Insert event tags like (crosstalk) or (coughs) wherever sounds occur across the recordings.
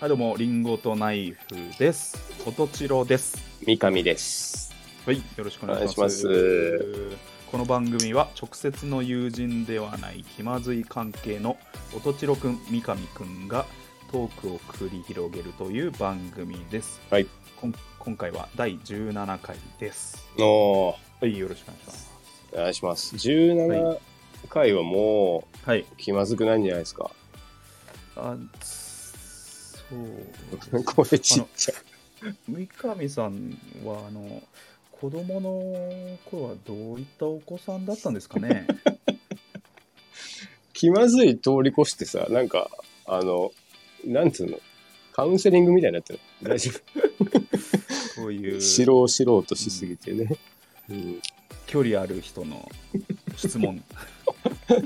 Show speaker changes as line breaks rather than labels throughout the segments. はい、どうも、リンゴとナイフです。ことちろです。
三上です。
はい、よろしくお願いします。
お願い
この番組は直接の友人ではない気まずい関係の音千代くん、三上くんがトークを繰り広げるという番組です。
はい
こん。今回は第17回です。
おー
はい、よろしくお願いします。
お願いします。17回はも
はい。
う気まずくないんじゃないです
(laughs)
か。
あ、そうですね
これちっちゃい。
三上さんはあの子供の頃はどういったお子さんだったんですかね
気まずい通り越してさ、なんか、あの、なんつうの、カウンセリングみたいになってる。大丈
こうい
夫。
う
しろうしろうとしすぎてね。うん、
距離ある人の質問
確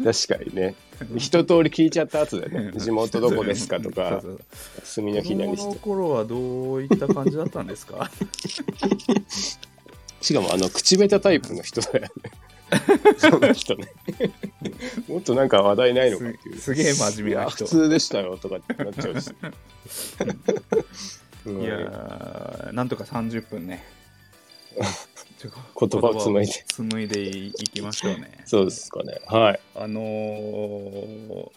かにね。一通り聞いちゃった後だよね。地元どこですかとか
(laughs) そ、うそう
住み
そ
の
う
日
子供
何し
の
て。
頃はどういった感じだったんですか
しかもあの口下手タイプの人だ
(laughs)
よね。その人ね。もっとなんか話題ないのかっていう。
すす (laughs) げえ真面目な人
いや普通でしたよとかってなっちゃうし。うん
(laughs) (laughs) いやーなんとか30分ねちょ
言葉を紡いで
紡いでいきましょうね
(laughs) そうですかね。はい。
あのー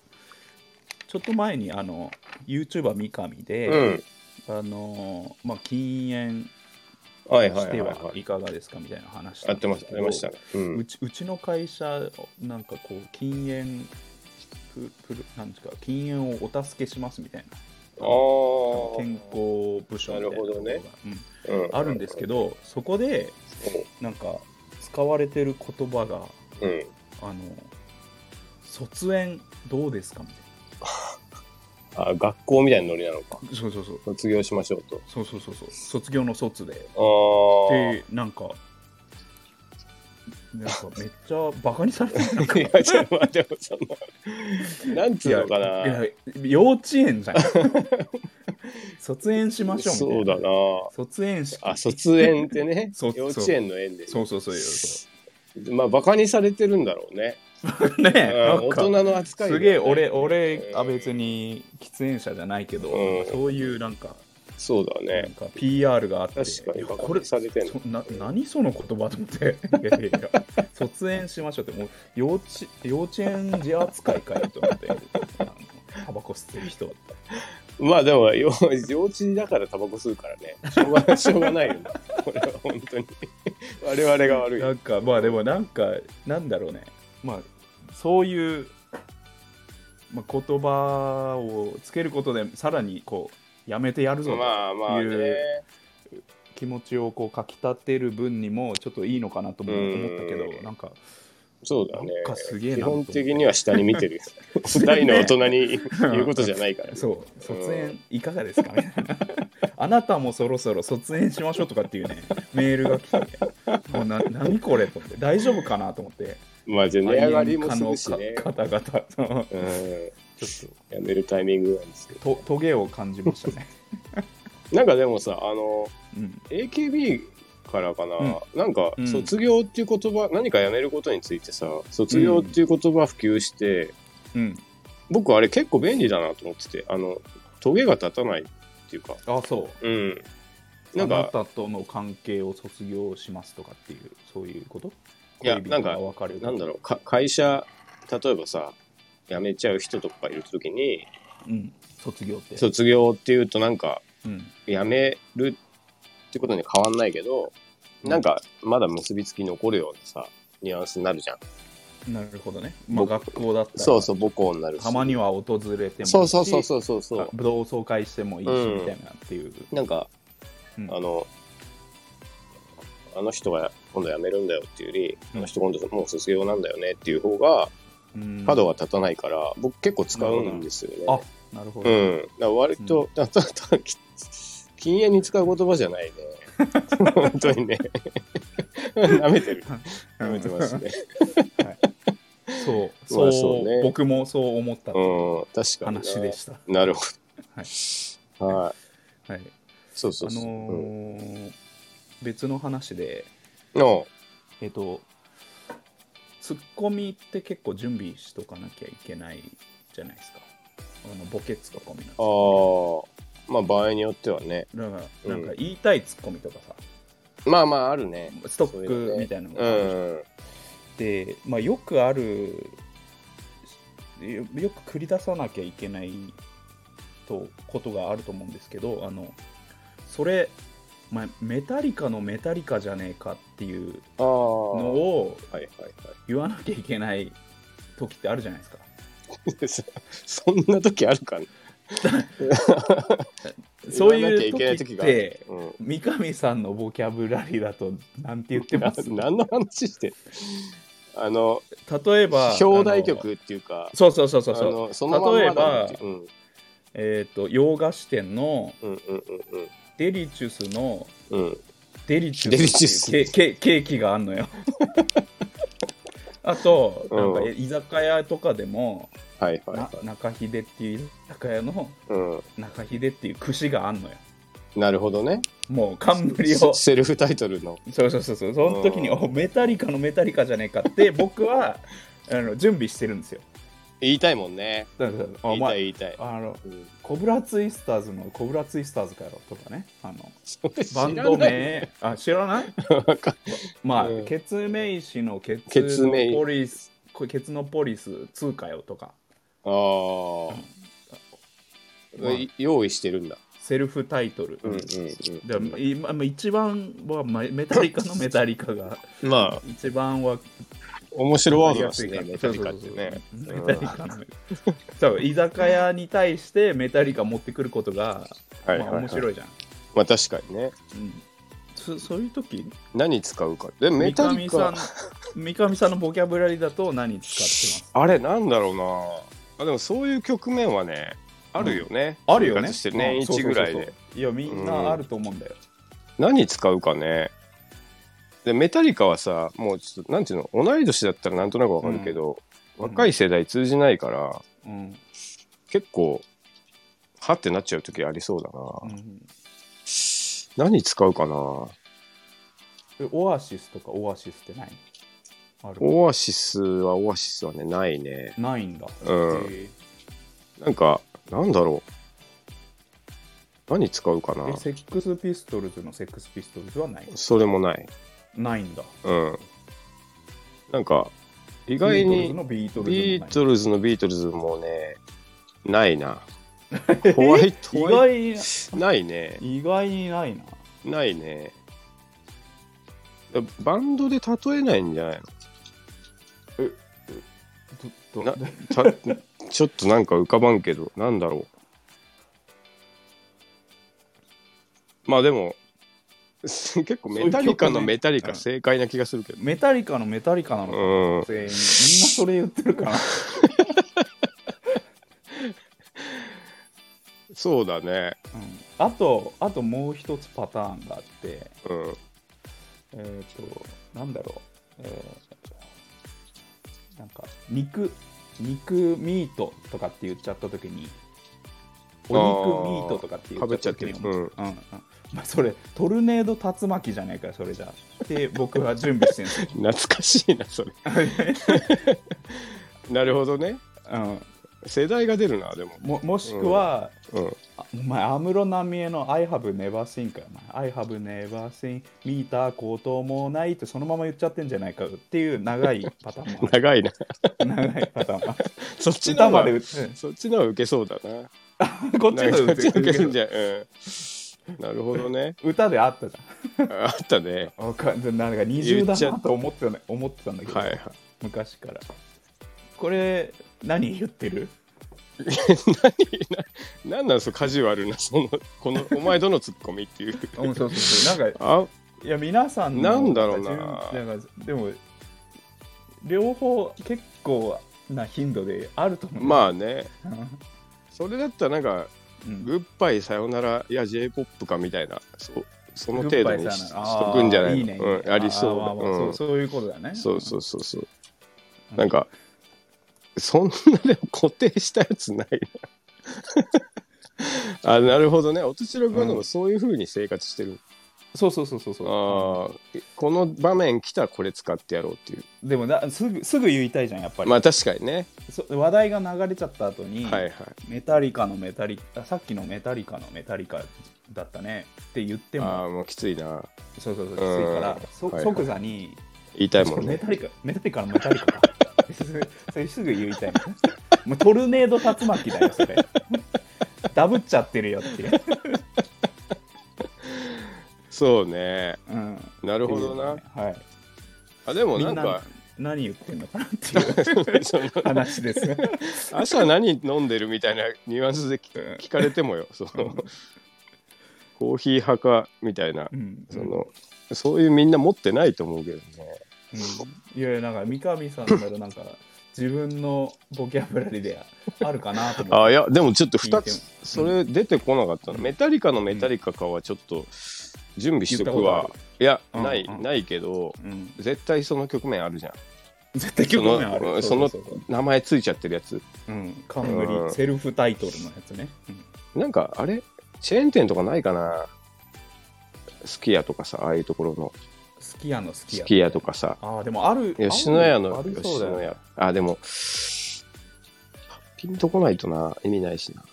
ちょっと前にあの YouTuber 三上で、
うん。
あのーまあ、禁煙
はいはい
し
はい、
ては
は
はい
い。
かがですかみたいな話
あってました、ありました
ね
ね。うん
う。ちうちの会社なんかこう禁煙ププルなんですか禁煙をお助けしますみたいな
ああ。
健康部署みたいなところが
なるほ
うん
うん、
あるんですけどそこでなんか使われてる言葉が
うん。うん。
あの卒園どうですかみたい
あ学校みたいなノリなのか。
なそうそうそう
卒業しましょうと。
そうそうそうそう卒業の卒で
ああ。
でなんかなんかめっちゃバカにされてるなん
(laughs)
か
いや、ちょっと待って、そ
(laughs)
んな。なんつうのかな。
いや幼稚
(laughs)
園じゃん卒園しましょうみたい
そ
な
うだな。
卒園式
あ、卒園ってね
(laughs) そう。
幼稚園の園で。
そうそうそうそ
まあ、バカにされてるんだろうね。
うね
うん
えなん
大
か
人の扱いだ
す
よね、
げえ俺俺
うん
あ別に喫煙者じゃないけど、
うん
なんかそういうなんか
そうだ
なん
ね。
か PR があって
確かに
いや
バ
こ
カ
れ
にされてんの
そな何その言葉と思って (laughs) いやいやいや卒園しましょうってもう幼稚幼稚園児扱いかよと思ってあのタバコ吸ってる人
まあでも幼幼稚だからタバコ吸うからねしょう
(laughs)
がしょうがないよねこれは本当に我々が悪い
なんかまあでもなんかなんだろうねまあそういう、まあ、言葉をつけることでさらにこうやめてやるぞと
まあまあ
い
ね
う気持ちをこうかきたてる分にもちょっといいのかなとも思ったけ
う
ど
ん
なんか
そうだね
なんかすげえな
基
と思っ
本
て
的には下に見て
(laughs)
るよ大の大人に言うことじゃないから
そう卒園いかがですかみたいなあなたもそろそろ卒園しましょうとかっていうねメールが来てもうな何これと思って大丈夫かなと思って
まあじゃあ値上がりもするしね
愛煙家のか方々そう
うん
ちょっと
やめるタイミングなんですけど
とトゲを感じましたね。
なんかでもさあの
うん、
AKB からかな、
うん
なんか
うん
卒業っていう言葉、何かやめることについてさ卒業っていう言葉普及して、
うん、
僕あれ結構便利だなと思っててあのトゲが立たないっていうか
あそう
うんなん
あな
か
たとの関係を卒業しますとかっていうそういうこと
いや
恋人
なんか
が別れる
なんだろうか会社例えばさ辞めちゃう人とかいる時に
うん、卒業って
卒業っていうとなんか
うん、
辞めるってことに変わんないけどなんかまだ結びつき残るようなさニュアンスになるじゃん、
なるほどね、まあ、学校だったら
そうそう母校になる
たまには訪れてもいいし
そうそうそうそうそうそう
あ同窓会してもいいし
うん
みたいなっていう、
なんか
うん
あの、あの人が今度辞めるんだよっていうより、
うん
あの人今度もう卒業なんだよねっていう方が、
うん
角が立たないから、僕結構使うんですよね。
あなるほ
う
ど、
ん。だから割と、だただき禁煙に使う言葉じゃないね。本当にね。舐めてる。舐 (laughs) めてますね。
そう
ま
そう,、
あそうね
僕もそう思った
うん。確かにな。
話でした、
なるほ
はい
ど。はい。
はい、
そうそう
あ
そう。
のー別の話で
うんの
えっとツッコミって結構準備しとかなきゃいけないじゃないですかあのボケツッコミなんです
あ
よ
あ、まあ場合によってはね。
だか
うん
らなんか言いたいツッコミとかさ、
まあまああるね。
ストックみたいなの
う
があるじゃん
ん。
で、まあ、よくあるよよく繰り出さなきゃいけないとことがあると思うんですけどあのそれ、まあ、メタリカのメタリカじゃねえかっていう
ああ。
の
は
を
いはいはい。
言わなきゃいけない時ってあるじゃないですか。
そ (laughs) そんな時あるかね。
そう
言わ
いう
なきゃいけない
時
時
っ
がある
て
うん。
三上さんのボキャブラリーだとなんて言ってま
(laughs)
す
何の話してんあの、
例えば
表題
あの
曲っていうか、
そうそうそうそうそ
あ
う
のそのまんまだっていう
えっ、と洋菓子店の
うんうんうんうん
デリチュスの
うん。うん。
デリチ
デリ
ュ
チュ
ス
ス
っていうケケケーキがあんのよ (laughs) あとなんか
うん
居酒屋とかでも、
はいはい
な
はい。
中秀っていう居酒屋の
うん。
中秀っていう串があんのよ
なるほどね。
もう冠
セ
を
セルフタイトルの。
そうそうそうそうその時に、
うん
おメタリカのメタリカじゃねえかって僕はあの準備してるんですよ
言いたいもんね。
だから
言
あお
いたい
前
言いたい。
あの
うん
コブラツイスターズのコブラツイスターズかよとかねあの
それ知
バ
ら
ン
ない
ド名あ知らない
わかん
(laughs) まあ、
うん
ケツメイシのケツ
ケツ
の
メイ
ポリス、これケツのポリス2かよとか、
ああ、
まあ
い用意してるんだ。
セルフタイトル。
うんうん
で
うん。
今まあ一番はまメタリカのメタリカが
まあ、
一番は
面白ワードだし
か
ね、メタリカってね。
メタリカの多分居酒屋に対してメタリカ持ってくることが、
はいはい
まあ、
はい
面白いじゃん、
まあ確かにね。
うん、そそういう時
何使うか。で、メタリ
三
カ
上。さん三上さんのボキャブラリーだと何使ってます
あれ、なんだろうな。あでもそういう局面はね、あるよね。
あるよ
生
ね
活してる年
うんそう
一
そう
ぐ
そう
らいで。
いやみんなあると思うんだよ、
何使うかね。で、メタリカはさ、もうちょっと、なんていうの、同い年だったらなんとなくわかるけど、
うん
若い世代通じないから、
うん
結構、はってなっちゃう時ありそうだな。
うん
何使うかな
えオアシスとかオアシスってないある
オアシスはオアシスはね、ないね。
ないんだ。
うん
え
なんか、なんだろう。何使うかな
ーえセックスピストルズのセックスピストルズはない
それもない。
ないんだ。
うん。なんか、意外
ビートルズ
に
のビートルズもな
ビー
い
トルズのビートルズもね、ない (laughs) な。ホワイト、ホワイ
意外
トないね。
に意外にないな。
ないね。バンドで例えないんじゃない
どど
なのた (laughs) ちょっとなんか浮かばんけど、なんだろう。まあでも、 (laughs) 結構メタリカのメタリ
そうい
カ
う曲ねうん
正解な気がするけど。
メタリカのメタリカなのかな、
うん。
全員みんなそれ言ってるから。
そうだね。
うんあと、あともう一つパターンがあって、
うん。
えっ、と、なんだろう。えーなんか、肉、肉ミートとかって言っちゃったときに、お肉ミートとかって言
か
っち
ぶ
ゃ
っ
っ
ちゃ
た
っ
時
てる
に。、
うん。
うんうんまあ、それ、トルネード竜巻じゃねえかよ、それじゃ。って、僕は準備してるんですよ。
懐かしいな、それ。 (laughs) なるほどね。
うん、
世代が出るな、でも。
ももしくは、
うん。
あお前、安室奈美恵の I have never seen かよ、お前。I have never seen 見たこともないってそのまま言っちゃってんじゃないかよっていう長いパターンもあ
(laughs)
る
長いな。
長いパターンもある。
そっちの
歌
方
ま
が
で、打って、
そっちの方が受けそうだな。 (laughs)
うんこっち
なんかそっち
の
の方が受けるん
歌
じゃない。うん。なるほどね。
歌であったじ
(laughs) あったね。
ゃん。わかんなんか二重
言
だ
っちゃ
な
った
と思ってた,、ね、思ってたんだけど、
はい (laughs) はい。
昔から。これ、何言ってる
何ななんなんそのカジュアルなそのこのお前どのツッコミっていう
うん、そうそうそう。なんか、
(laughs) あ
いや皆さんの
なんだろうな
順んかでも両方結構な頻度であると思う
まあね
あ、
それだったらなんか
(laughs) うん
グッバイさよならいや j p o p かみたいなそその
グ
程
ッ
度
バイ
にしし
さよなら
とくんじゃないの
あーいね
うん、ありそう
あーまあまあ
うん
そうそういうことだね
そうそうそうそう
うん
なんかそんなでも固定したやつない (laughs) なあなるほどねおとちろくんでもそういうふうに生活してる、
そうそうそうそうそ
あーこの場面来たらこれ使ってやろうっていう
うでもなすぐすぐ言いたいじゃんやっぱり、
まあ確かにね、
そ話題が流れちゃった後に、
はいはい
メタリカのメタリカさっきのメタリカのメタリカだったねって言って
あ
も
あもうきついな
そうそうそうきついから
うん
そ
はいはい
即座に
言いたいもん
メ
ね
タリカメタリカのメタリカか (laughs) それすぐ言いたいもうトルネード竜巻だよそれダブっちゃってるよっていう、
そうね
うん、
なるほどな、
はい
あでも
み
なんん
な
か
何言ってんのかなってい
(laughs)
う
その
話です
(laughs)
が
朝何飲んでるみたいなニュアンスで聞
うん
聞かれてもよそのコーヒー派かみたいな
うん
そのそういうみんな持ってないと思うけどね
うんいやいやなんか三上さんだとなんか自分のボキャブラリーであるかなと思
あ
っ
い
て
やでもちょっと2
聞いても
つそれ出てこなかったな、
うん
メタリカのメタリカかはちょっと準備しとく
言った
わ
こ
いや
うん
ない、
うん
ないけど
うん、
絶対その局面あるじゃん
絶対興味ある
その
そうそうそう
名前ついちゃってるやつ
うん、冠、
うん
セルフタイトルのやつね、うん
なんかあれチェーン店とかないかなすき家とかさああいうところの
スキヤのスキ
す
ヤ
き家とかさ
ああでもある
吉野家
あ
の
るありそ
吉
うだよ
野
ね
家あでもピンとこないとな意味ないしな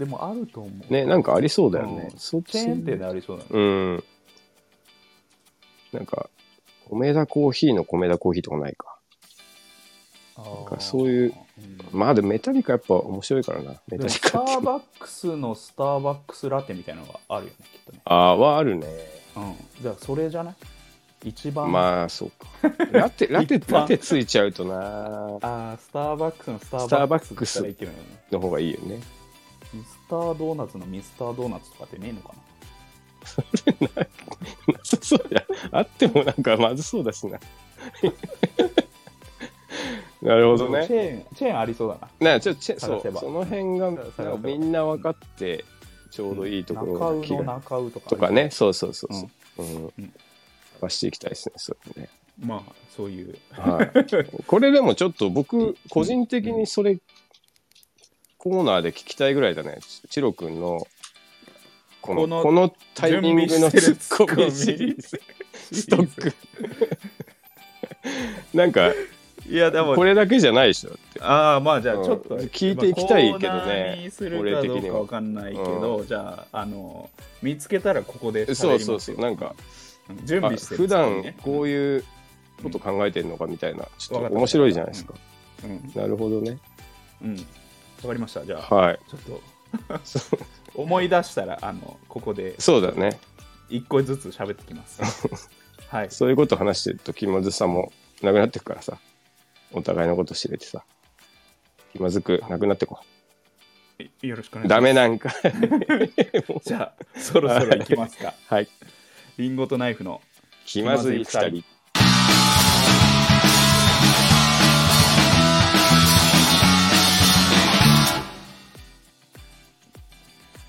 でもあると思う
ねなんかありそうだよね、
うん
そっ
チェ
ち
ーン店でありそうだね、
うん。なんか、米田コーヒーの米田コーヒーとかないか。
あ
かそういう、
うん
まあでもメタリカやっぱ面白いからな。メタ
でも
リ
スタ
カって
ー。バックスのスターバックスラテみたいなのがあるよねきっとね
ああ、はあるね。
うんじゃあそれじゃない一番、
まあ、そうか。ラテ、ラテ
(laughs) 一、般
ラテついちゃうとな。
あースターバックスのスタ
スタ
ー
ー
バ
バ
ッ
ッ
ク
ク
ス
ス
だったらいけるよね
の方がいいよね。
ミスタードーナツのミスタードーナツとかってねえのかな
なさそうや。あってもなんかまずそうだしな。 (laughs) なるほど
チ
ね。
ェーンチェーンありそうだな
なちょちょそ
探せ
う
ば
その辺が
探せば
なんかみんな分かってちょうどいいところ
中
が
尾
気
の
が
中尾とか
とかねそうそうそうそう、うん
うん
探していきたいですねそういうのね、
まあそういう
はい、 (laughs) これでもちょっと僕個人的にそれコーナーで聞きたいぐらいだねチロ君のこの
こ
こ
の
のタイミングのツッコミシリーズストック (laughs) なんか
いやでも
これだけじゃないでしょ
ああまあじゃあ
うん
ちょっと、
聞いていきたいけどね
まあコーナーにするかどうかわかんないけど、じゃああの見つけたらここで喋ります
そ
よ
うそうそうなんか
うん準
あ
備してる
普段こう
い
い
う、
うこと考えてるのかみたいなちょ
わ
っと
かった
面白いじゃないですか、
うん
なるほどね
うん、わかりましたじゃあ
はい
ちょっと
そ
思い出したらあのここで
そうだね
一個ずつ喋ってきます
(laughs)
はい
そういうこと話してると気まずさもなくなってくからさお互いのこと知れてさ気まずくなくなってこ
よろしくお願いします
ダメなん
(laughs)
か
じゃあそろそろ行きますか
はい
リンゴとナイフの
気まずい二人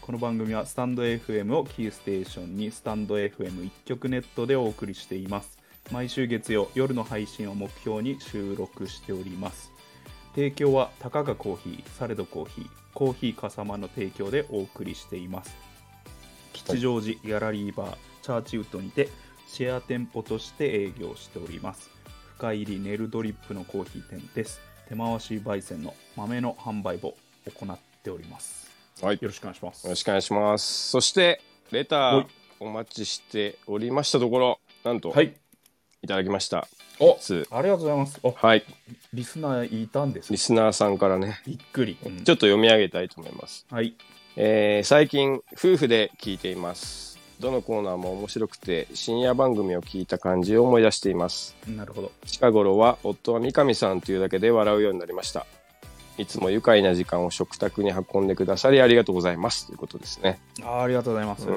この番組はスタンド FM をキーステーションにスタンド FM 一曲ネットでお送りしています毎週月曜夜の配信を目標に収録しております提供はたかがコーヒーサレドコーヒーコーヒーかさまの提供でお送りしています吉祥寺ギャラリーバーチャーチウッドにてシェア店舗として営業しております深入りネルドリップのコーヒー店です手回し焙煎の豆の販売を行っております
はいよ
よろしくお願いします
ろしくお願いしますそしてレタ
はい
ーお待ちしておりましたところなんと
はい
いただきました、
お
一通
ありがとうございます。あ、
はい
リスナーいたんです
リ。スナーさんからね
びっくり。
ちょっ
ちょ
と読み上げたいと思います
はい。
えー最近夫婦で聞いていますどのコーナーも面白くて深夜番組を聞いた感じを思い出しています
なるほど。
近頃は夫は三上さんというだけで笑うようになりましたいつも愉快な時間を食卓に運んでくださりありがとうございますということですね
あありがとうござ (laughs) います。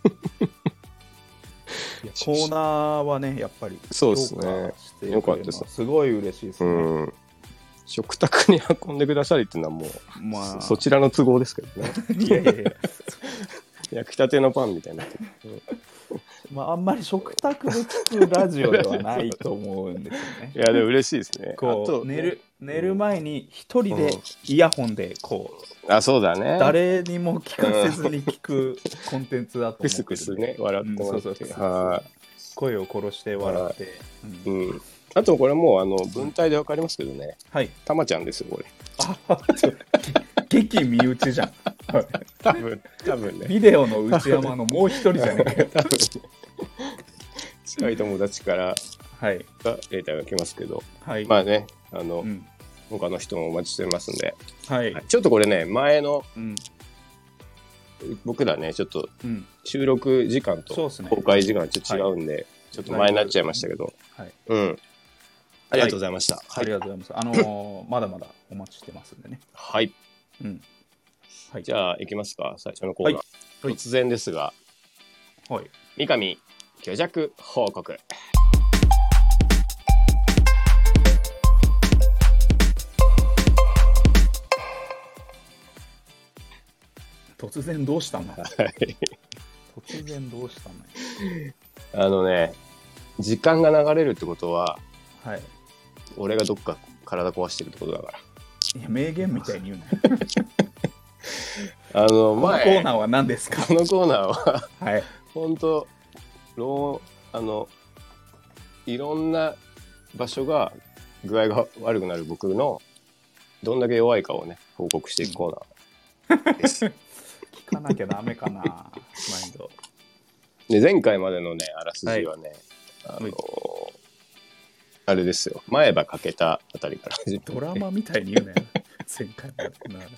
うん
いやコーナーはね、やっぱり
そうですね
評価してくれるのは
よかったです
すごい嬉しいです
う
ね。
ん食卓に運んでくださりっていうのはもう
まあ、
そそちらの都合ですけどね (laughs)
いやいやいや、
焼きたてのパンみたいになってる
まあ、あんまり食卓で聞くラジオではないと思うんですよね
い。やでも嬉しいですね
こ
あ
う
と
寝る寝る前に一人でイヤホンでこう、
あ、そうだね。
誰にも聞かせずに聞くコンテンツだと
ク
思
ス
って
クス
る、
ね、笑ってもら
う
っ
んそうそう
て。
そう
は
声を殺して笑って、うん
い。うん。あと、これもう、あの、文体でわかりますけどね。
はい
たまちゃんですよ、これ。
あ激身内じゃん
多分、多分ね。
ビデオの内山のもう一人じゃねえかよ
多分ね近い友達から
はい
がレーターが来ますけど、
はい、
まあね、あの、
うん、
他の人もお待ちしておりますんで、
はい、
ちょっとこれね、前の
うん
僕らね、ちょっと
うん
収録時間
そう
と
っすね
公開時間がちょっと違うんで、ちょっと前になっちゃいましたけど、
はい
うん。ありがとうございました。
あ
は
り
い。
がとうございます。あの (laughs) ーまだまだお待ちしてますんでね。
はい。
うん。はい。
じゃあ、行きますか、最初のコーナー。
はい
突然ですが、
はい。
三上虚弱報告。
突然どうしたの
はい
突然どうしたの
あのね、時間が流れるってことは、
はい。
俺がどっか体壊してるってことだから。
いや、名言みたいに言うな (laughs) よ。
あの、
このコ
前、
ーナーは何ですか
このコーナーは、
はい。
本当ローあのいろんな場所が具合が悪くなる僕のどんだけ弱いかをね報告していくコーナー
(laughs)
です。
聞かなきゃダメかな。毎度。
で前回までのねあらすじはね、あの
はい
あれですよ前歯かけたあたりから始
ドラ
まっ
マみたいに言う (laughs) なよ。前回までな
て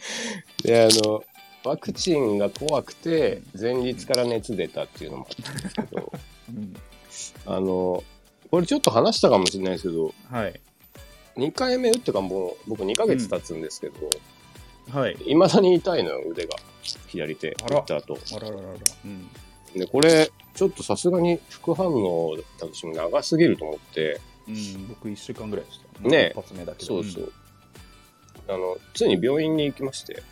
であのワクチンが怖くて前日から熱出たっていうのもあったんですけど
うん。
あのこれちょっと話したかもしれないですけど
はい。
2回目打ってからもう僕2ヶ月経つんですけど、
はい。
いまだに痛いのよ、腕が。左手、
あ
打
ら
った後。
あらららら。うん。
で、これ、ちょっとさすがに副反応だったとしても長すぎると思って、
うん、僕1週間ぐらいでした。
ねえ
一発目だけど。
そうそう。あの、ついに病院に行きまして、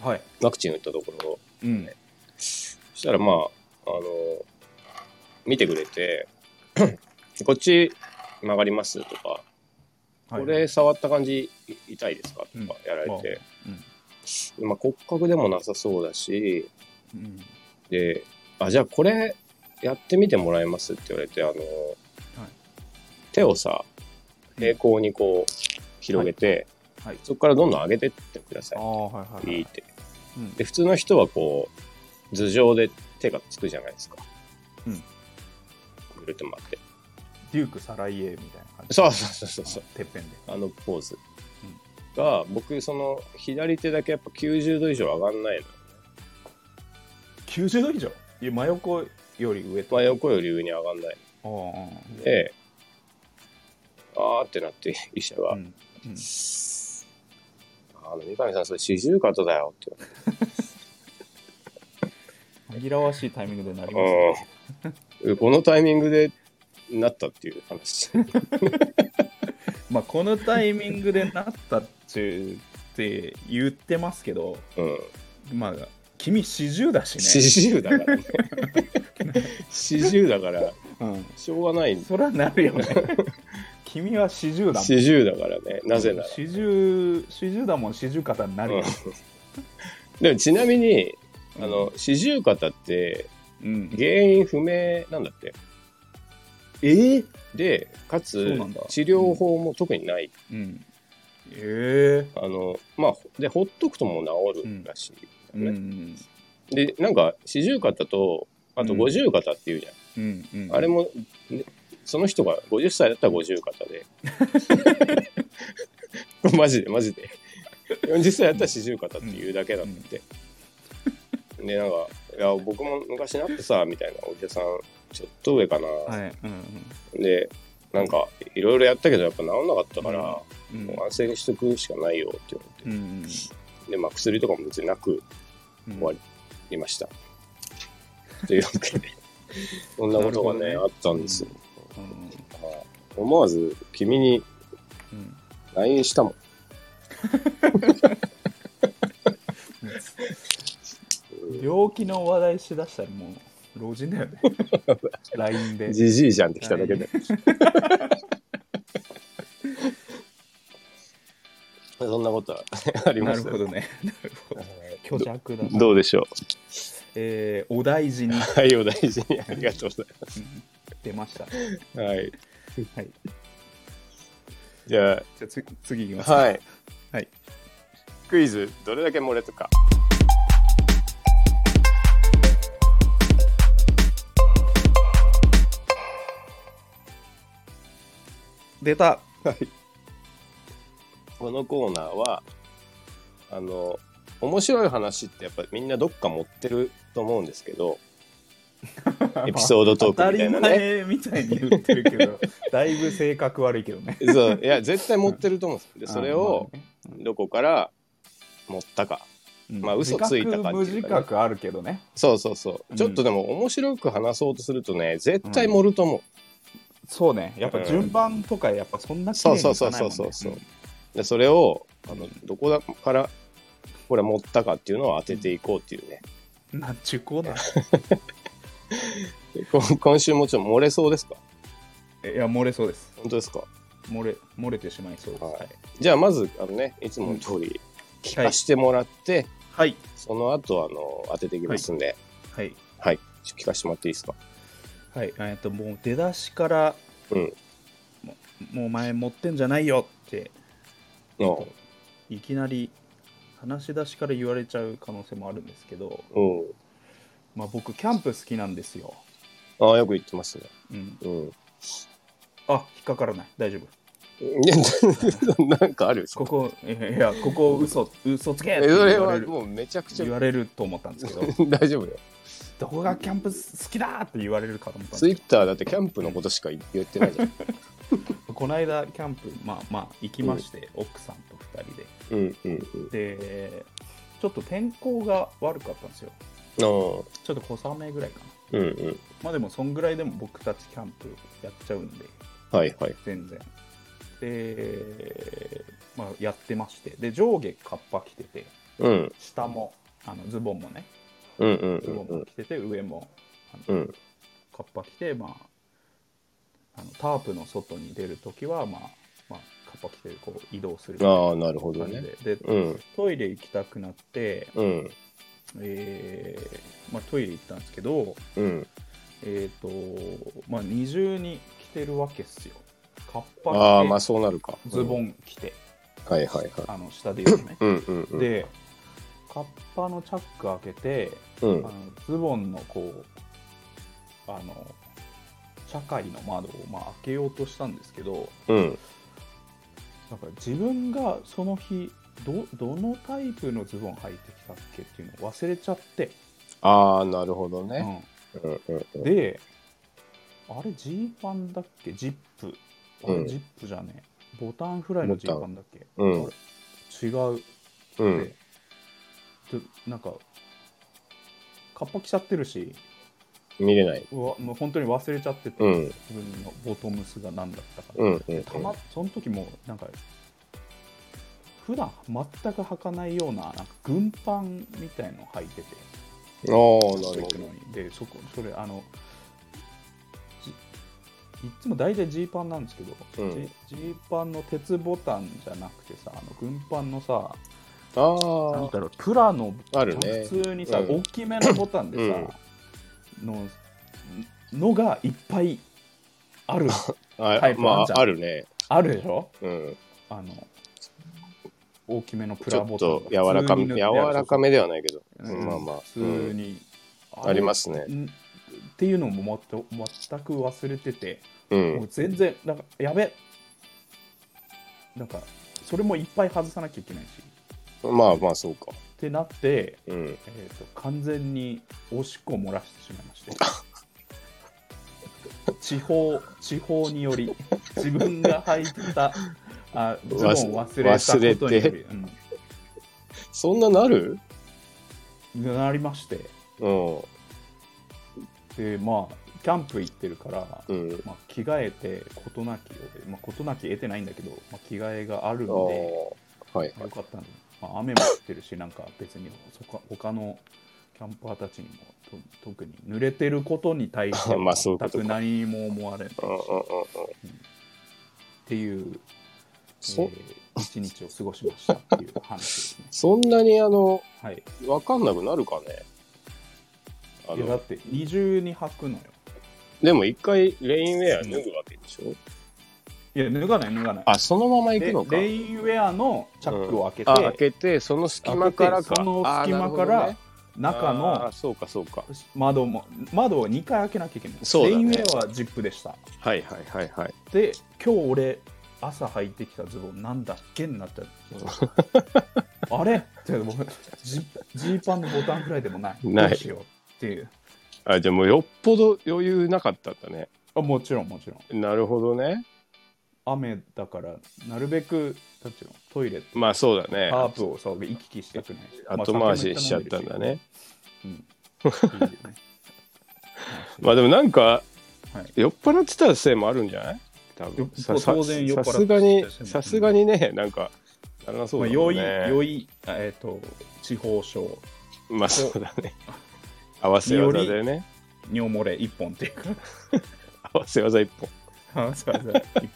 うんはい。
ワクチン打ったところ、
うん。
そしたらまあ、あの、見てくれ
(coughs)
て、こっち曲がりますとか、
はい
これ、触った感じい痛いですかとかやられて、まあ骨格でもなさそうだし、
うん。うん。
で、あ、じゃあこれやってみてもらえますって言われて、あの、手をさ、平行にこう広げて、
はいはい
そこからどんどん上げてってくださ
あ
い。
あ、はいはい、はい
い
い。
って。
うん
で、普通の人はこう、頭上で手がつくじゃないですか。
うん
ぐるっと回って。
デューク・サライエみたいな感じ
そうそうそうそう。
てっぺんで。
あのポーズ。が、僕、その、左手だけやっぱ90度以上上がんないの。
90度以上いや真横より上と。
真横より上に上がんない
あ
の
あ
で、あーってなって、医者が
う、んうん
あの、三上さん、それ四十肩だよって言
紛らわしいタイミングでなりま
わ
す
れ
ね。
てうんこのタイミングでなったっていう話。
まあ、このタイミングでなったっていうって言ってますけど、
うん。
まあ、君40だ
(laughs)
し
四
ね。
十だからね。四十だから、
うん、
しょうがない。
そりゃなるよね。 (laughs) 君は40だもん。
四十だからね。なぜなら。
40 40だもん、40肩になる
うん
よ。
でもちなみに、
うん
あの、四十肩って
うん、
原因不明なんだって。
えー
で、か
そ
つ
うなんだ
治療法も特にない。
うん、え
あの、まあ、で、ほっとくともう治るらしい、
ー、うん
で、なんか四十肩と、あと
うん
五十肩っていうじゃん。
うんうん、
あれも、ねその人が50歳だったら50肩で。 (laughs) これマジで、マジで。40歳だったら40肩っていうだけだって。で、なんか、いや、僕も昔なってさ、みたいな、おじさん、ちょっと上かな。
はい、うん
で、なんか、いろいろやったけど、やっぱ治んなかったから、
うん、
もう安静にしとくしかないよって思って。
うんうん
で、まあ、薬とかも別になく
うん、
終わりました。というわけで、そんなことが
な
ね、
る
あ
ほどね
ったんですよ。
うん
思わず君に
うん、
LINE したもん。
病気の話題しだしたらもう老人だよ
(laughs)
ね LINE で
じじいじゃんって来ただけで。そんなことはあり
な
ま
る
す
ほど
(laughs)
ね。なるほど。虚弱だな。
どうでしょ
えーお大事に
うはいお大事にありがとうござい
出ました。
ますはい
はい。
じゃ
じゃあつ次いきます
あ
か。
はい
はい。
クイズどれだけ漏れたか (laughs)
出た。
このコーナーはあの面白い話ってやっぱみんなどっか持ってると思うんですけどエピソードトークみたいな
当たり
ね
前みたいに言ってるけ
(laughs)
ど、だいぶ性格悪いけどね。
そういや絶対持ってると思うんです
(laughs)
よでそれを
あ、
どこから持ったかまあ嘘ついたかっていうかね
感じ。自覚無自覚あるけどね。
そうそうそう、
うん
ちょっとでも面白く話そうとするとね絶対盛ると思う、
そうね。やっぱ順番とか、やっぱそんな綺麗にいかないもんね
そうそうそうそうそうでそれをあのどこだからこれ持ったかっていうのを当てていこうっていうね
うんなんちゅうコーナ
でこ今週もちろん漏れそうですか
ー。いや、漏れそうです。
本当ですか
漏れ、漏れてしまいそうです。
はい
はい。
じゃあまずあのねいつもの通り聞かしてもらって、
はい。
その後あの当てていきますんで
はい。
はい、ちょっと聞かしてもらっていいですか
はい、えっと、もう出だしから、
うん
ももうお前持ってんじゃないよって、
の
いきなり話し出しから言われちゃう可能性もあるんですけど、
うん
まあ、僕、キャンプ好きなんですよ。
ああよく言ってますね
うん、
うん
あ引っかからない、大丈夫。
いや (laughs) なんかあるんですか
ここ、いやいや、ここ、嘘嘘つけっ
え
て
それ
言わ
は
れる
もうめちゃくちゃ
言われると思ったんですけど、
大丈夫よ
どこがキャンプ好きだって言われるかと思ったん
(laughs) ツイ
です
ッターだってキャンプのことしか言ってないじゃん。
けど、この間、キャンプ、まあまあ、行きまして、奥さんと2人で。
うんうんうん。
で、ちょっと天候が悪かったんですよ。
あ
ちょっと小雨ぐらいかな。
うんうん。
まあでも、そんぐらいでも僕たちキャンプやっちゃうんで、
はいはい。
全然。で、まあ、やってまして、で、上下カッパ着てて、
うん
下も、あのズボンもね、
うんうん
ズボン
う
も
ん
着てて、上もあの
うん。
カッパ着て、まあ、あのタープの外に出るときは、まあ、まあ、カッパ着てこう移動する感
ああ、なるほど
じ
ね。
で、で
うん
トイレ行きたくなって、
うん
えーまあ、トイレ行ったんですけど、
うん。
えっ、と、まあ、二重に着てるわけっすよ。カッパ着て、
ああ、まあそうなるか。
ズボ
ン。
ン着て、
はいはいはい。
あの下で言うとね。
うんうんうん。、
で、カッパのチャック開けて、
う
あ
ん
のズボンのこう、あの、社会の窓をまあ開けようとしたんですけど、
うん
なんか自分がその日、どどのタイプのズボン履いてきたっけっていうのを忘れちゃって、
ああ、なるほどね。
うん
うんうんうん。
で、あれ、ジーパンだっけジップ。あ
う
れ、
ん
ジップじゃねえ。ボタンフライのジーパンだっけ、
うん
あれ違う。
うん
で、ちょなんか、カッパ着ちゃってるし、
見れない。
うわもう本当に忘れちゃってて、
うん
自分のボトムスが何だったか。
うんうんうん。
たま、その時も、なんか、普段全く履かないような、なんか軍パンみたいの履いてて。
ああ、なるほ
そう行くのにでそこそれあのじいつも大体ジーパンなんですけど
うん
ジジー、パンの鉄ボタンじゃなくてさあの軍パンのさなん
ど。あ
だろうプラの
あ、あるね。
普通にさ、
うん
大きめのボタンでさ、ののがいっぱいあるタ
あ
イプ
ま
あんじゃん
あ、あるね。
あるでしょ
うん。
あの大きめの
ち
プラ
ょ
ボ
っ
タン
と柔らかめ、柔らか
め
めではないけど。まあまあ
普。通に
あり
す
ますね。
んっていうのももっと全く忘れてて、
う。
もうん全然なんかやべなんかそれもいっぱい外さなきゃいけないし
まあまあ、そうか。
ってなって、
うん。
えー、と完全におしっこを漏らしてしまいまして (laughs) 地方地方により自分が履いてたあズボンを忘れたことにより、
そんななる
うん、なりまして
うん。
でまあキャンプ行ってるから、
うん。
まあ、着替えて事なきを得、まあ、事なき得てないんだけど、まあ、着替えがある
ああ
ので、
はい。
よかったんで、まあ、雨も降ってるし、なんか別にそか他のキャンパーたちにもと特に濡れてることに対して
(laughs) まあそういう
は
こ
全
とか
く何も思われない
うんうんうんうん
っていう
そ
えー一日を過ごしましたっていう話ですね。
(laughs) そんなにあの
はい、
分かんなくなるかねあ
いやだ
の
って二重に履くのよ。
でも一回レインウェア脱ぐわけでしょ
いや、脱がない脱がない。
あそのまま行く
で
のか
レインウェアのチャックを開けて、
あ開けてその隙間からか
開けてその隙間から
あーなるほどね
中
あー
の
そうかそうか
窓も窓を2回開けなきゃいけない。
そうだね
レインウェアはジップでした。
はいはいはいはい
で、今日俺、朝履いてきたズボンなんだっけにな
(laughs)
っちゃう。あれってもうジジーパンのボタンくらいでもない。
ない
どうしようっていう。
あじゃあもうよっぽど余裕なかったんだね
あもちろんもちろん。
なるほどね
雨だから、なるべく、なんていうのトイレと
まあそうだね
ハープをそう行き来したくないし。
後回ししちゃったんだね
まあ。酒もいっぱい飲んでるしうんいいよね
まあでもなんか、
はい
酔っ払ってたせいもあるんじゃない多
よ
分
っぽ当然酔っ払ってた
さすがに
うん
さすがにねなんかならなそう
まあ、
だ
良
もん
い、
ね、
良い、あえっ、と、地方症、
まあそうだね合わせ技でね
尿漏れ一本っていうか、 (laughs)
合わせ技一本
あそうそう一本っていう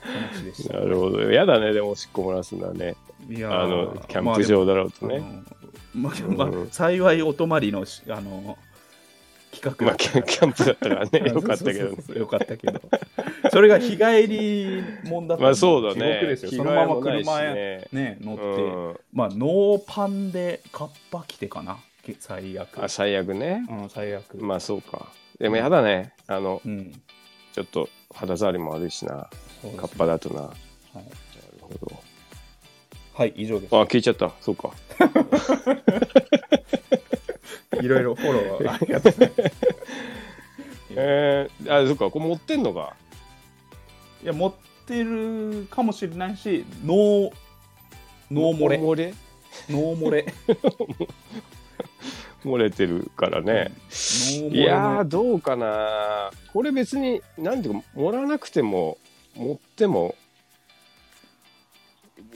話
(laughs)
でし
なるほどやだねでもおしっこ漏らすんだね
た。いやー
あのキャンプ場だろうと
まあで
ね、
もあのまあま
う
あ
ん
幸いお泊まりのしあの企画
ま
だ
あ、
った
キ
か
ャン
ら
キャンプだったから
(laughs)
ねよかったけ
そ
どね
うそうそうそうよかったけどそれが日帰りもんだった
ま
ら
あそうだ
地獄で
ね
すよ
着替
そのま
え
ま
もないし
車へ
ね
ね乗って、
うん
まあノーパンでカッパ着てかなけ最悪
あ最悪ね
うん最悪、
まあそうかでもやだねあの
うん
ちょっと肌触りも悪いしな
そうですね
カッパだとななる
はい、
ほど
はい、以
(laughs)
上です
あ、聞いちゃった。そうか。
いろいろフォ
(laughs)
ローありがとうございます
えー、あ、そうか。これ持ってんのか。
いや持ってるかもしれないし脳脳漏れ
漏れ
脳漏れ
漏れてるからね。
脳漏
い
れ
やー、
の
どうかな。これ別に、なんていうか、盛らなくても、持っても、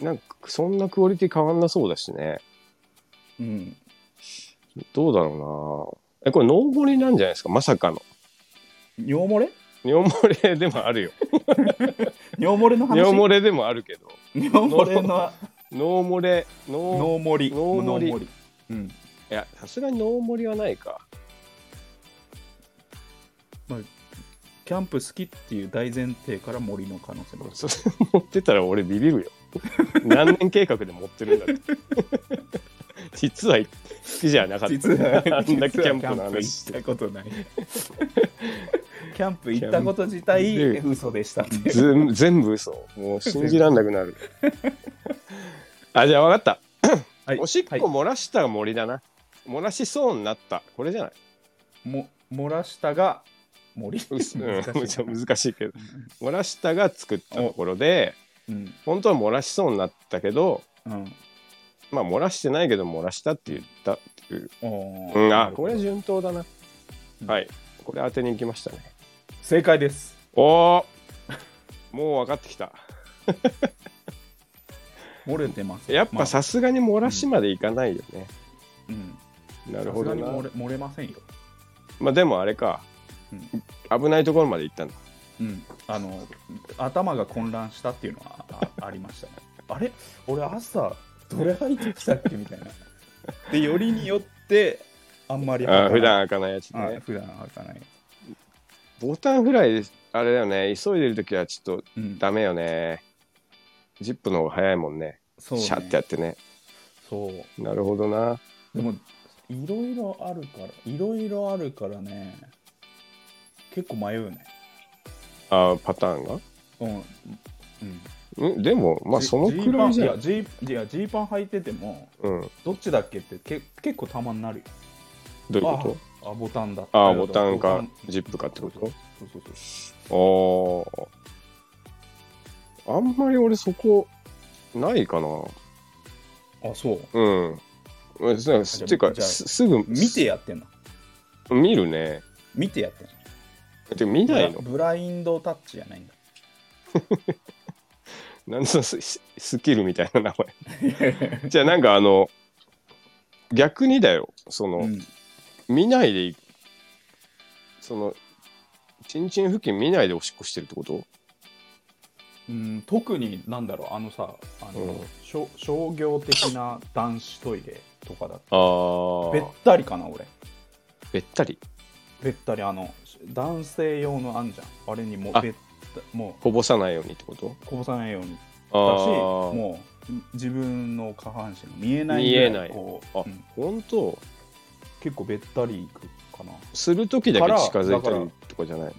なんか、そんなクオリティ変わんなそうだしね。
うん
どうだろうな。え、これ、ノーボリなんじゃないですか。まさかの。
尿漏れ
尿漏れでもあるよ。
(laughs) 尿漏れの話
尿漏れでもあるけど。
尿漏れの
ノー漏れ、ノー、
脳漏り
脳漏り
うん
いや、さすがにノー漏りはないか。
キャンプ好きっていう大前提から森の可能性もある
それ持ってたら俺ビビるよ何年計画で持ってるん
(laughs)
だって実は好きじゃなかった
実は
あんだけ
実は
キャンプの話し
キ
て
ャンプ行ったことないキャンプ行ったこと自体嘘でしたっていう
ず (laughs) 全部嘘もう信じらんなくなる (laughs) あじゃあ分かった、
はい
おしっこ
はい
漏らした森だな、漏らしそうになったこれじゃ (laughs) ない
も漏らしたが森
う
難
す
し
うん (laughs)
いな
難しいけど漏らしたが作ったところで
うん
本当は漏らしそうになったけど
うん
まあ漏らしてないけど漏らしたって言ったっていう、
お
う
ー
ん、あ
なるほ
こ
ど
れ順当だな、
うん
はいこれ当てに行きましたね
正解です
おおもう分かってきた
漏れてます
やっぱ
まあ
さすがに漏らしまでいかないよね、
うん
なる
さ
ほ
す
ど
がに
な
漏れ漏れませんよ
まあでもあれか、危ないところまで行ったんだ
うん、あの頭が混乱したっていうのはあありました (laughs) ね。あれ俺朝どれ入ってきたっけみたいな。でよりによってあんまり
あー普
開かな
段開
い
かないやつ
あ
ね
普段開かない。
ボタンフライあれだよね急いでる時はちょっと
うん、
ダメよねジップの方が早いもんね
そうね
シャッてやってね
そう
なるほどな
でもいろいろあるからいろいろあるからね結構迷うね。
あーパターンが
うん。うん、
んでもまあ
ジ
そのくらいじゃん
ジーパンいやジーいやジーパン履いてても
うんど
どっちだっけってけ結構たまになるよ。
ういうこ
ああボタンだ
とああーボタン
ボ
か
ン
ジップかってこと
そうそうそう
あああんまり俺そこないかな
あそう
うんうんそう
じゃあ
ていうか
じゃあ
すすぐ
見てやってんの
見るね
見てやってんの
でも見ないの
ブラブラインドタッチじゃないんだ
なんそのスススキルみたいな名前 (laughs) じゃあなんかあの逆にだよ (laughs) その、
うん
見ないでいそのチンチン付近見ないでおしっこしてるってこと
うん特になんだろうあのさあの、
うん
商商業的な男子トイレとかだ
あ
べっ
ー
たりかな俺
べったり
べったりあの男性用のあんじゃんあれにもう
あ
べったも
こぼさないようにってこと
うこぼさないようにだし
あー
もう自分の下半身が見えないぐら
見えない
こう
あ
うん
本当
結構べったりいくかな
する時だけ近づいた
からだから
りとかじゃない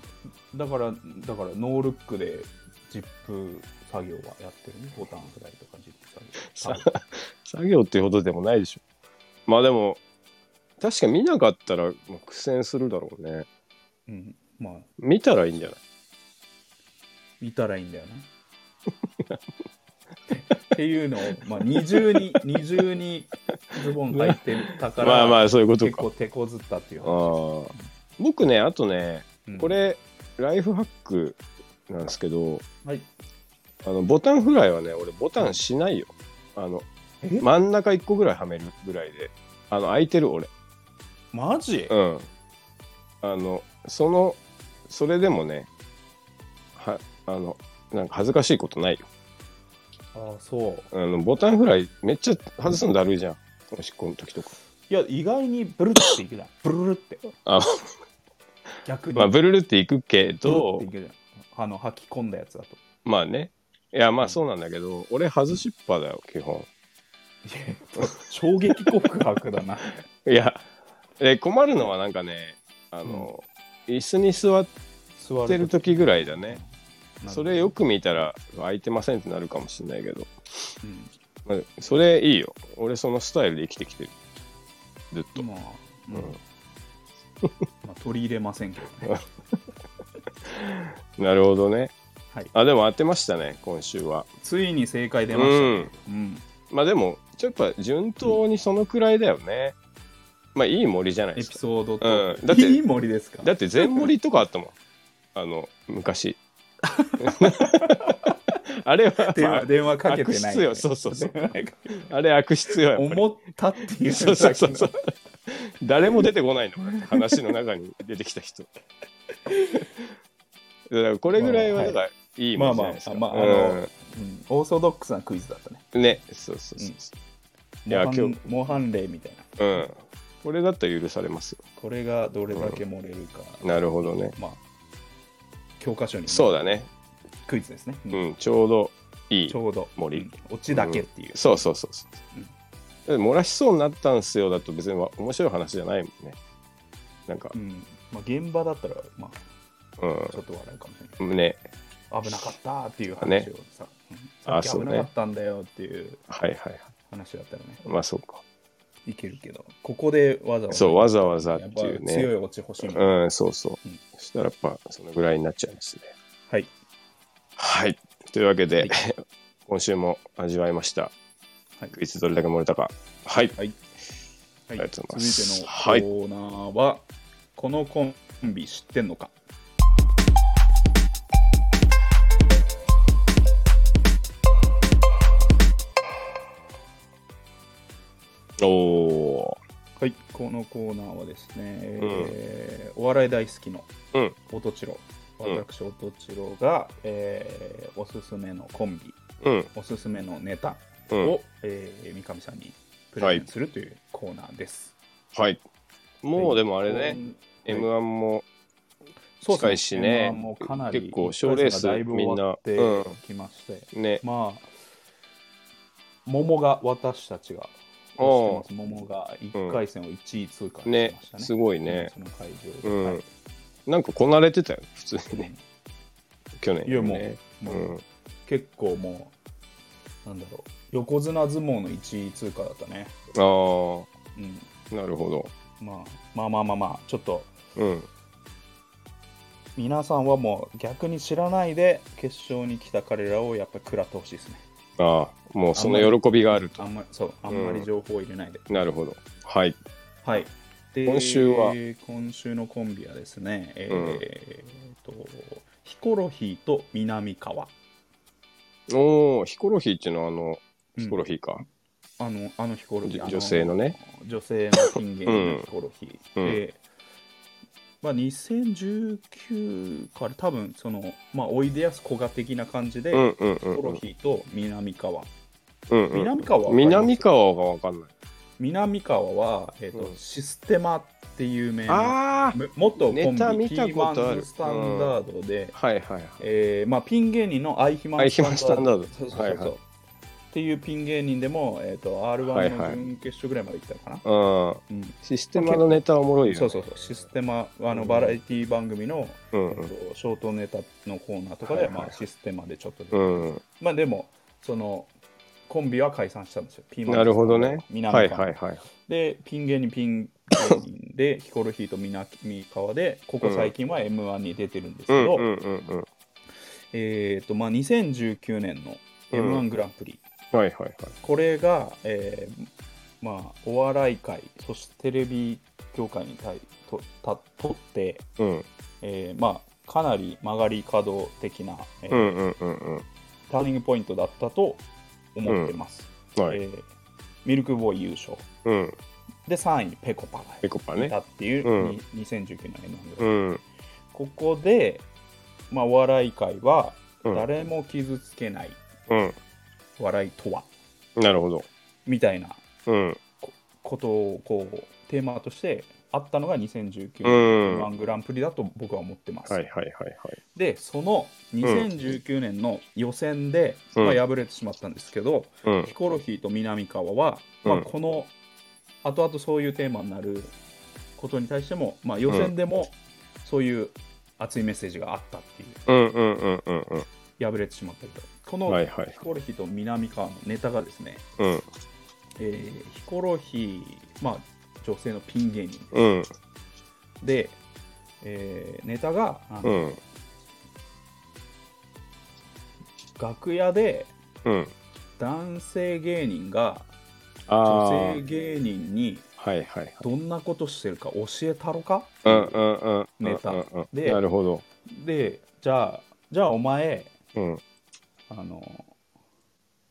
だからだからノールックでジップ作業はやってるねボタンくらいとかジップ作業多分
作業っていうほどでもないでしょまあでも確か見なかったらまあ苦戦するだろうね
うんまあ
見たらいいんじゃない
いたらいいんだよな。っていうのを、まあ、二重に二重にズボン履いてたから、
(laughs) まあまあそういうこと
結
か
構手こずったっていう
あ。ー僕ねあとね
うん
こ、れライフハックなんですけど
はい、
あのボタンフライはね俺ボタンしないよあの
え
真ん中1個ぐらいはめるぐらいであの空いてる俺
マジ
うんあのそのそれでもねはあのなんか恥ずかしいことないよ
ああそう。
あのボタンフライめっちゃ外すのだるいじゃんおしっこの時とか
いや、意外にブルっていくじゃん。ブルルって。
あ
逆に。
まあブルルっていくけ
ブルルっ
ど
ていくじゃん。あの、吐き込んだやつだと。
まあねいやまあそうなんだけど俺外しっぱだよ基本
いや衝撃告白だ (laughs) な。
いやえ困るのはなんかねあの、椅子に座っ
座
てる時ぐらいだ
ね
ねそれよ、く見たら空いてませんってなるかもしれないけど、
うん
まあ、それいいよ俺そのスタイルで生きてきてるずっと、
まあ、うん
うん
まあ、取り入れませんけどね。
なるほどね、
はい
あでも当てましたね今週は
ついに正解出ましたね、うん
まあでもちょっとやっぱ順当にそのくらいだよね、まあいい森じゃない
エ
で
ピ
すか
ソードと、
うんだって
いい森ですか
だって全盛りとかあったもんあの
(laughs)
昔 (laughs) あれは、
電
ま
話電話かけてない、
悪質よそうそうそう
電話かけ
あ、あれ悪質よやっぱり
(laughs) 思ったっていう
そうそうそうそ
さっ
う誰も出てこないの話の中に出てきた人だからこれぐらいはだからいい
きのま
も
あ
んじゃ
ま
な
あ
いですか、
まああの、
うん
うんオーソドックスなクイズだったね
ねそうそうそうそいや
模範
今
模範例みたい
う、
な
うん、これだったら許されますよ
これがどれだけ漏れるか、
なるほどね
まあ教科書に
そうだね
クイズですね、うん
うんちょうどいい
ちょうど
森
うんオチだけっていう、
そうそうそうそう、だって漏らしそうになったんすよだと別にわ面白い話じゃないもんねなんか
うんまあ、現場だったら、まあ、ちょ
う
っと笑うかもしれない
んね
危なかったっていう話
ね
をさ、うんさ
あ
っき
そ
危
うね
なかったんだよっていう
はいはいはい
話だったらね
まあそうか
いけるけどここでわざわざ
そうわざわざっ
やってぱ
いうね
強いオチ欲しいもん、
うん、そうそう。
うん
そしたらやっぱそのぐらいになっちゃいますね。
はい
はい。というわけで、 (laughs) 今週も味わいました。
はい
クイズどれだけ漏れたか。はい。
はい、は
りがとうございま
続い
す
てのコーナーは、このコンビ知ってんのか
おお
はいこのコーナーはですね、えーお笑い大好きの
うん
音千代
うん
私音千代が、えーおすすめのコンビ
ー。うん。
おすすめのネタを、
うん。
えー三上さんにプレゼンするというコーナーです、
はい。もうでもあれね、
はい
M1 も
そう
近
で
い
す
しね
ね M1 もかなり
結構賞レース
だいぶ終わって
みんなうん
きまして、
ね、
まあ桃が私たちが
おー
知ってます桃が1回戦を1位通過しま
ね
したね、
すごいね。
その会場で、
うん
はい
なんかこなれてたよ、普通にね、去年、ね。
(laughs) いやもう,、
う。
もうん結構もうなんだろう横綱相撲の1位通過だったね、
あ
うん
あ、なるほど。
まあ、まあまあまあまあちょっと
うん。
皆さんはもう逆に知らないで決勝に来た彼らをやっぱり食らってほしいですね
ああ、もうその喜びがあると。
あんまりそうあんまり情報を入れないで、
なるほど。はい。
はい。で
今週は
今週のコンビはですね、えーとヒコロヒーと南川。
おお、ヒコロヒーっていうのはあの、ヒコロ
ヒ
ヒーか。
ー、あのあのヒコロヒー
じ女性のね。
あの女性のピン芸人のヒコロヒー、
うん
でまあ、2019から多分その、まあ、おいでやすこが的な感じで、
うんうんうん
ヒコロヒーと南川
うんうん
南川は
南川がわかんない。
南川は、えーと
うん
システマっていう名の
ああ
む元コンビ
ネタ見たことある
T1 のスタンダードで、
はいはいはい。
えーまあ、ピン芸人のアイヒマ
ア
ン
イヒマンスタンダード
そうそうそうそう、
はいはい
っていうピン芸人でも、えー、と r
はい
1
は
の
い
準決勝ぐらいまで行ったのかな、
うん。
うん
システマのネタおもろいよね。
そうそうそうシステマあのバラエティ番組の、
うん
えっとショートネタのコーナーとか
はい
で、
はいはい
まあ、システマでちょっと、
うん。うん。
まあでもそのコンビは解散したんですよピーマン
なるほどね。
南
はい
川
はいはい。
でピン芸人ピン芸人でヒコロヒーと南川でここ最近は m 1に出てるんです
うん
けど、
うんうんうん。
えっ、とまあ2019年の m 1グランプ
は
リ、
いはいはい。
これが、えーまあお笑い界そしてテレビ業界に対とたとって
うん
えーまあ、かなり曲がり角的な、えー
うんうんうんうん。
ターニングポイントだったと思ってます、
はい。
えーミルクボーイ優勝
うん。
で3位ペコパが
ぺこぱ
いた
ね。
っていう、
うん
に2019年の
う
M1 で
ん。
ここで、まあ、お笑い界は
うん
誰も傷つけない
うん。
笑いとは
なるほど。
みたいな
うん。
ことをこうテーマとしてあったのが2019
う
年
ん。は
M1 グランプリだと僕は思ってま
い
す、
はいはいはい。
でその2019年の予選で、
うん
まあ、敗れてしまったんですけど、
うん
ヒ。コロヒーと南川は、ま
う
あ、
ん
この後々そういうテーマになることに対しても、まあ、予選でもそういう熱いメッセージがあったっていう
うんうんうんうんうん。
敗れてしまったけどこの
はい
ヒ
はい。
コロヒーと南川のネタがですね、
うん
えーヒコロヒー、まあ、女性のピン芸人
うん
で、えーネタがあ
う
の、
ん
楽屋で
うん。
男性芸人が
ああ。
女
は
性
い
芸人に
はいはい。
どんなことしてるか教えたろか、
うんうんうん。
ネタ
うんうんうん
で
なるほど。
でじゃあじゃあお前
うん
あの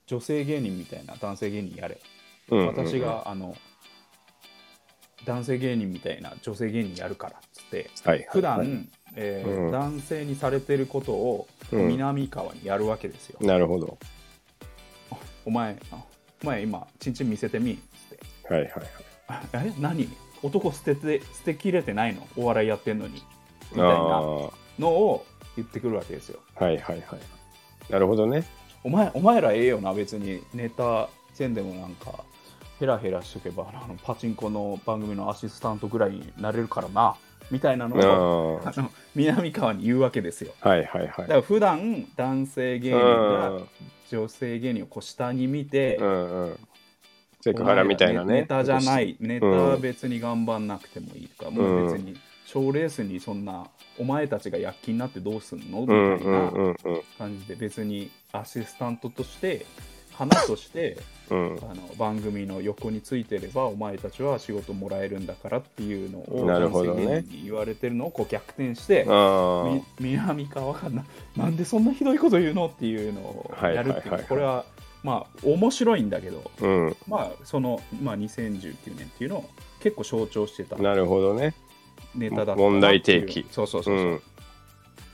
女性芸人みたいな男性芸人やれ
うん。
私。があの男性芸人みたいな女性芸人やるからっつって
はいはい。
普段、
はい。
えー
うん
男性にされてることを
うん
南川にやるわけですよ、
なるほど。
お前あお前今チンチン見せてみっつって
はいはいはい。
あえ何男捨てて捨てきれてないのお笑いやってんのにみた
あ
いな
あ。は
のを言ってくるわけですよ
いはいはい。なるほどね。
お前お前らええよな別にネタせんでもなんかヘラヘラしとけばあのパチンコの番組のアシスタントぐらいになれるからなみたいな
あ
の
あ
をあの南川に言うわけですよ
はいはいは
だ
い
か。ら普段男性芸人
う
が
ん
女性芸人をこう下に見て、
うんうん。セクハラみたいな
お前ら
ね。
ネタじゃな。いネタは
うん
別に頑張んなくてもいいとか、もう別に賞レースにそんなお前たちが躍起になってどうすんの
う
みたい
ん
な、
うんうんうん
感じで別にアシスタントとして花として
うん
あ。の番組の横についてればお前たちは仕事もらえるんだからっていうのを
なるほどね
男性芸人に言われてるのをこう逆転して
あ
み南川がななんでそんなひどいこと言うのっていうのを
はい
やるってい
はいはいうはい
これはまあ面白いんだけど
あ。うん。
まあその、まあ、2019年っていうのを結構象徴してた
なるほどね。
ネタだったなっていう
問題提起
そうそう
う
そうそう、
ん。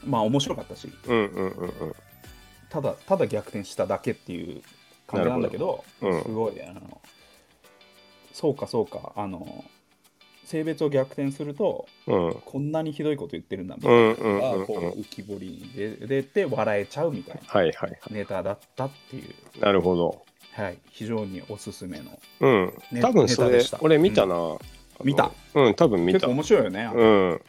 まあ面白かったし
うんうんうんうん。
ただただ逆転しただけっていう感じなんだけど
なるほどうん
すごいあのそうかそうかあの性別を逆転すると
うん。
こんなにひどいこと言ってるんだみた
う
い
んうん
な
うんう
の
ん
がこう浮き彫りに出出て笑えちゃうみたいな
はいはいはい。
ネタだったっていう、
なるほど。
はい、非常におすすめの
うん。
ね
多分そ
ネタ
れ
でした、
俺見たな。あの
見た。
うん、多分見
結
た。
構
うん。
面白いよね、あのうん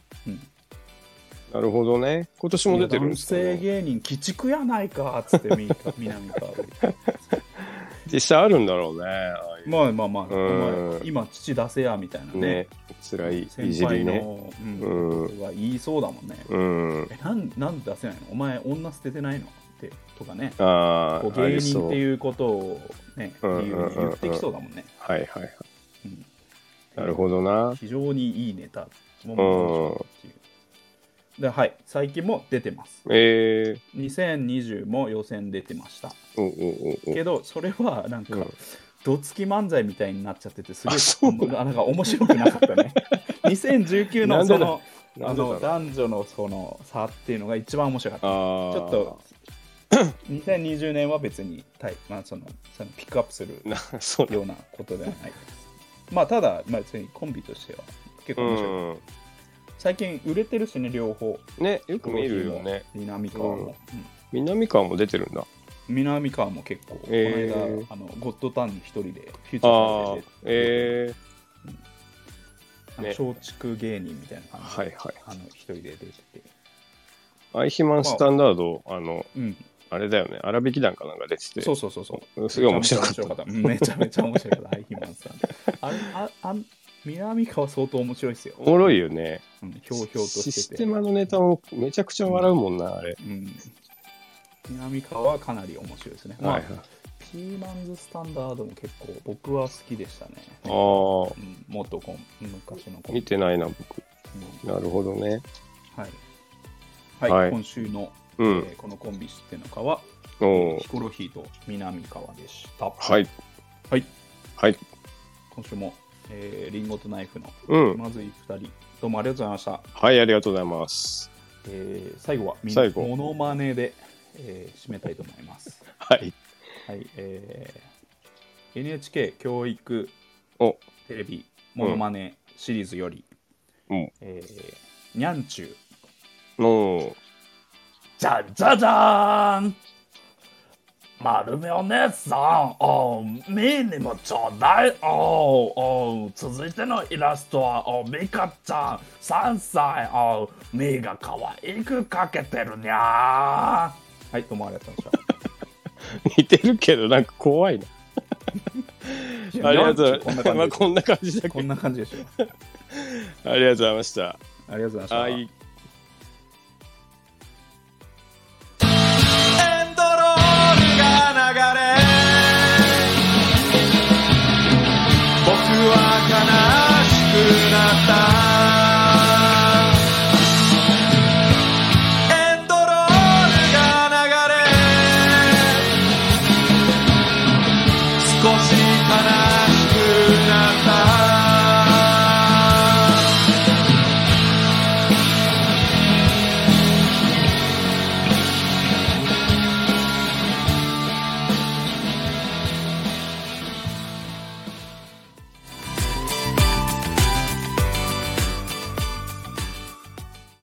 なるほどね。今年も出てるん
い
で
や男
すかね
性芸人鬼畜やないかっつってみ南川
実際あるんだろうね。ああいう
まあまあまあ、
うん
お前今父出せやみたいなね
ね。辛いい
先
じ
輩
りね。
の、うん
うん
ことが言いそうだもんね、
うん。
えなんなんで出せないのお前女捨ててないのってとかね
あ
こう
あ、あ
芸
り
人
そ
っ
う。
ていうことをね
うん
理由に言ってきそうだもんね、
はいはいはい。
うん
なるほどな。
非常にいいネタも面白いっていうではい最近も出てます
ええ。
2020も予選出てました
おおおお。
けどそれはなんか、
うん
どつき漫才みたいになっちゃっててすげえ
あそうな (laughs)
あなんか面白くなかったね2019
な
の
んで
そ
だ
のあ
なん
の
でだろう
男女のその差っていうのが一番面白かった
あ
ちょっ
(coughs)
と2020年は別にタイ、まあ、そのそのピックアップする
なそうね
ようなことではないまあただ、まあ、別にコンビとしては結構面白い、
う
最近売れてるしね両方
んねよく見るよね
南川も、うん
南川も出てるんだ
南川も結構、
えー
この間あのゴッドタンに一人でフューチ
あ
ャーさ
あ
れてて
え
あの
ね
松竹芸人みたい
ー、
な感じで、
はいはい
あの一人で出てて
アイヒマンスタンダード、あの、
うん
あれだよね、荒引き団かなんか出てて、
そうそうそうそう
すごい面白かった。
めちゃめちゃ面白かった。めちゃめちゃ面白かった。ハイヒマンさん。あれ、あ、あん、南川相当面白いですよ。
おもろいよね。
うん、ひょうひょうとしてて。
システマのネタもめちゃくちゃ笑うもんな、あれ。
うん。南川はかなり面白いですね。まあ、
はいはい。
ピーマンズスタンダードも結構僕は好きでしたね。
ああ
うん、元コン、昔のコ
ー、
ン。
見てないな、僕。
うん
なるほどね。
はい。はい、
はい
今週の、
う
え
ん。
ーこのコンビ知ってのかは、
おお
ヒ。コロヒーと南川でした。
はい。
はい。
はい。
今週も、えーリンゴとナイフの
うん。
まずい2人、どうもありがとうございました。
はい、ありがとうございます。
えー最後はみ
最後
モノマネで、えー締めたいと思います。
はい。
はいえー NHK 教育
お、
テレビモノマネシリーズより、
うん。
えーにゃんちゅう、
おー
じゃじゃじゃーん丸めお姉さん、おミーにもちょうだい、おお続いてのイラストは、おミカちゃん、3歳、おミーが可愛くかけてるにゃー。はい、どうもありがとうございま
似てるけど、なんか怖いな。
した。
ありがとう
こんな。
ま
感
あ、
じでし
こんな感じだけ
ょこんな感じでしょ。
ど。ありがとうございました。
(laughs) ありがとうございました。
はい。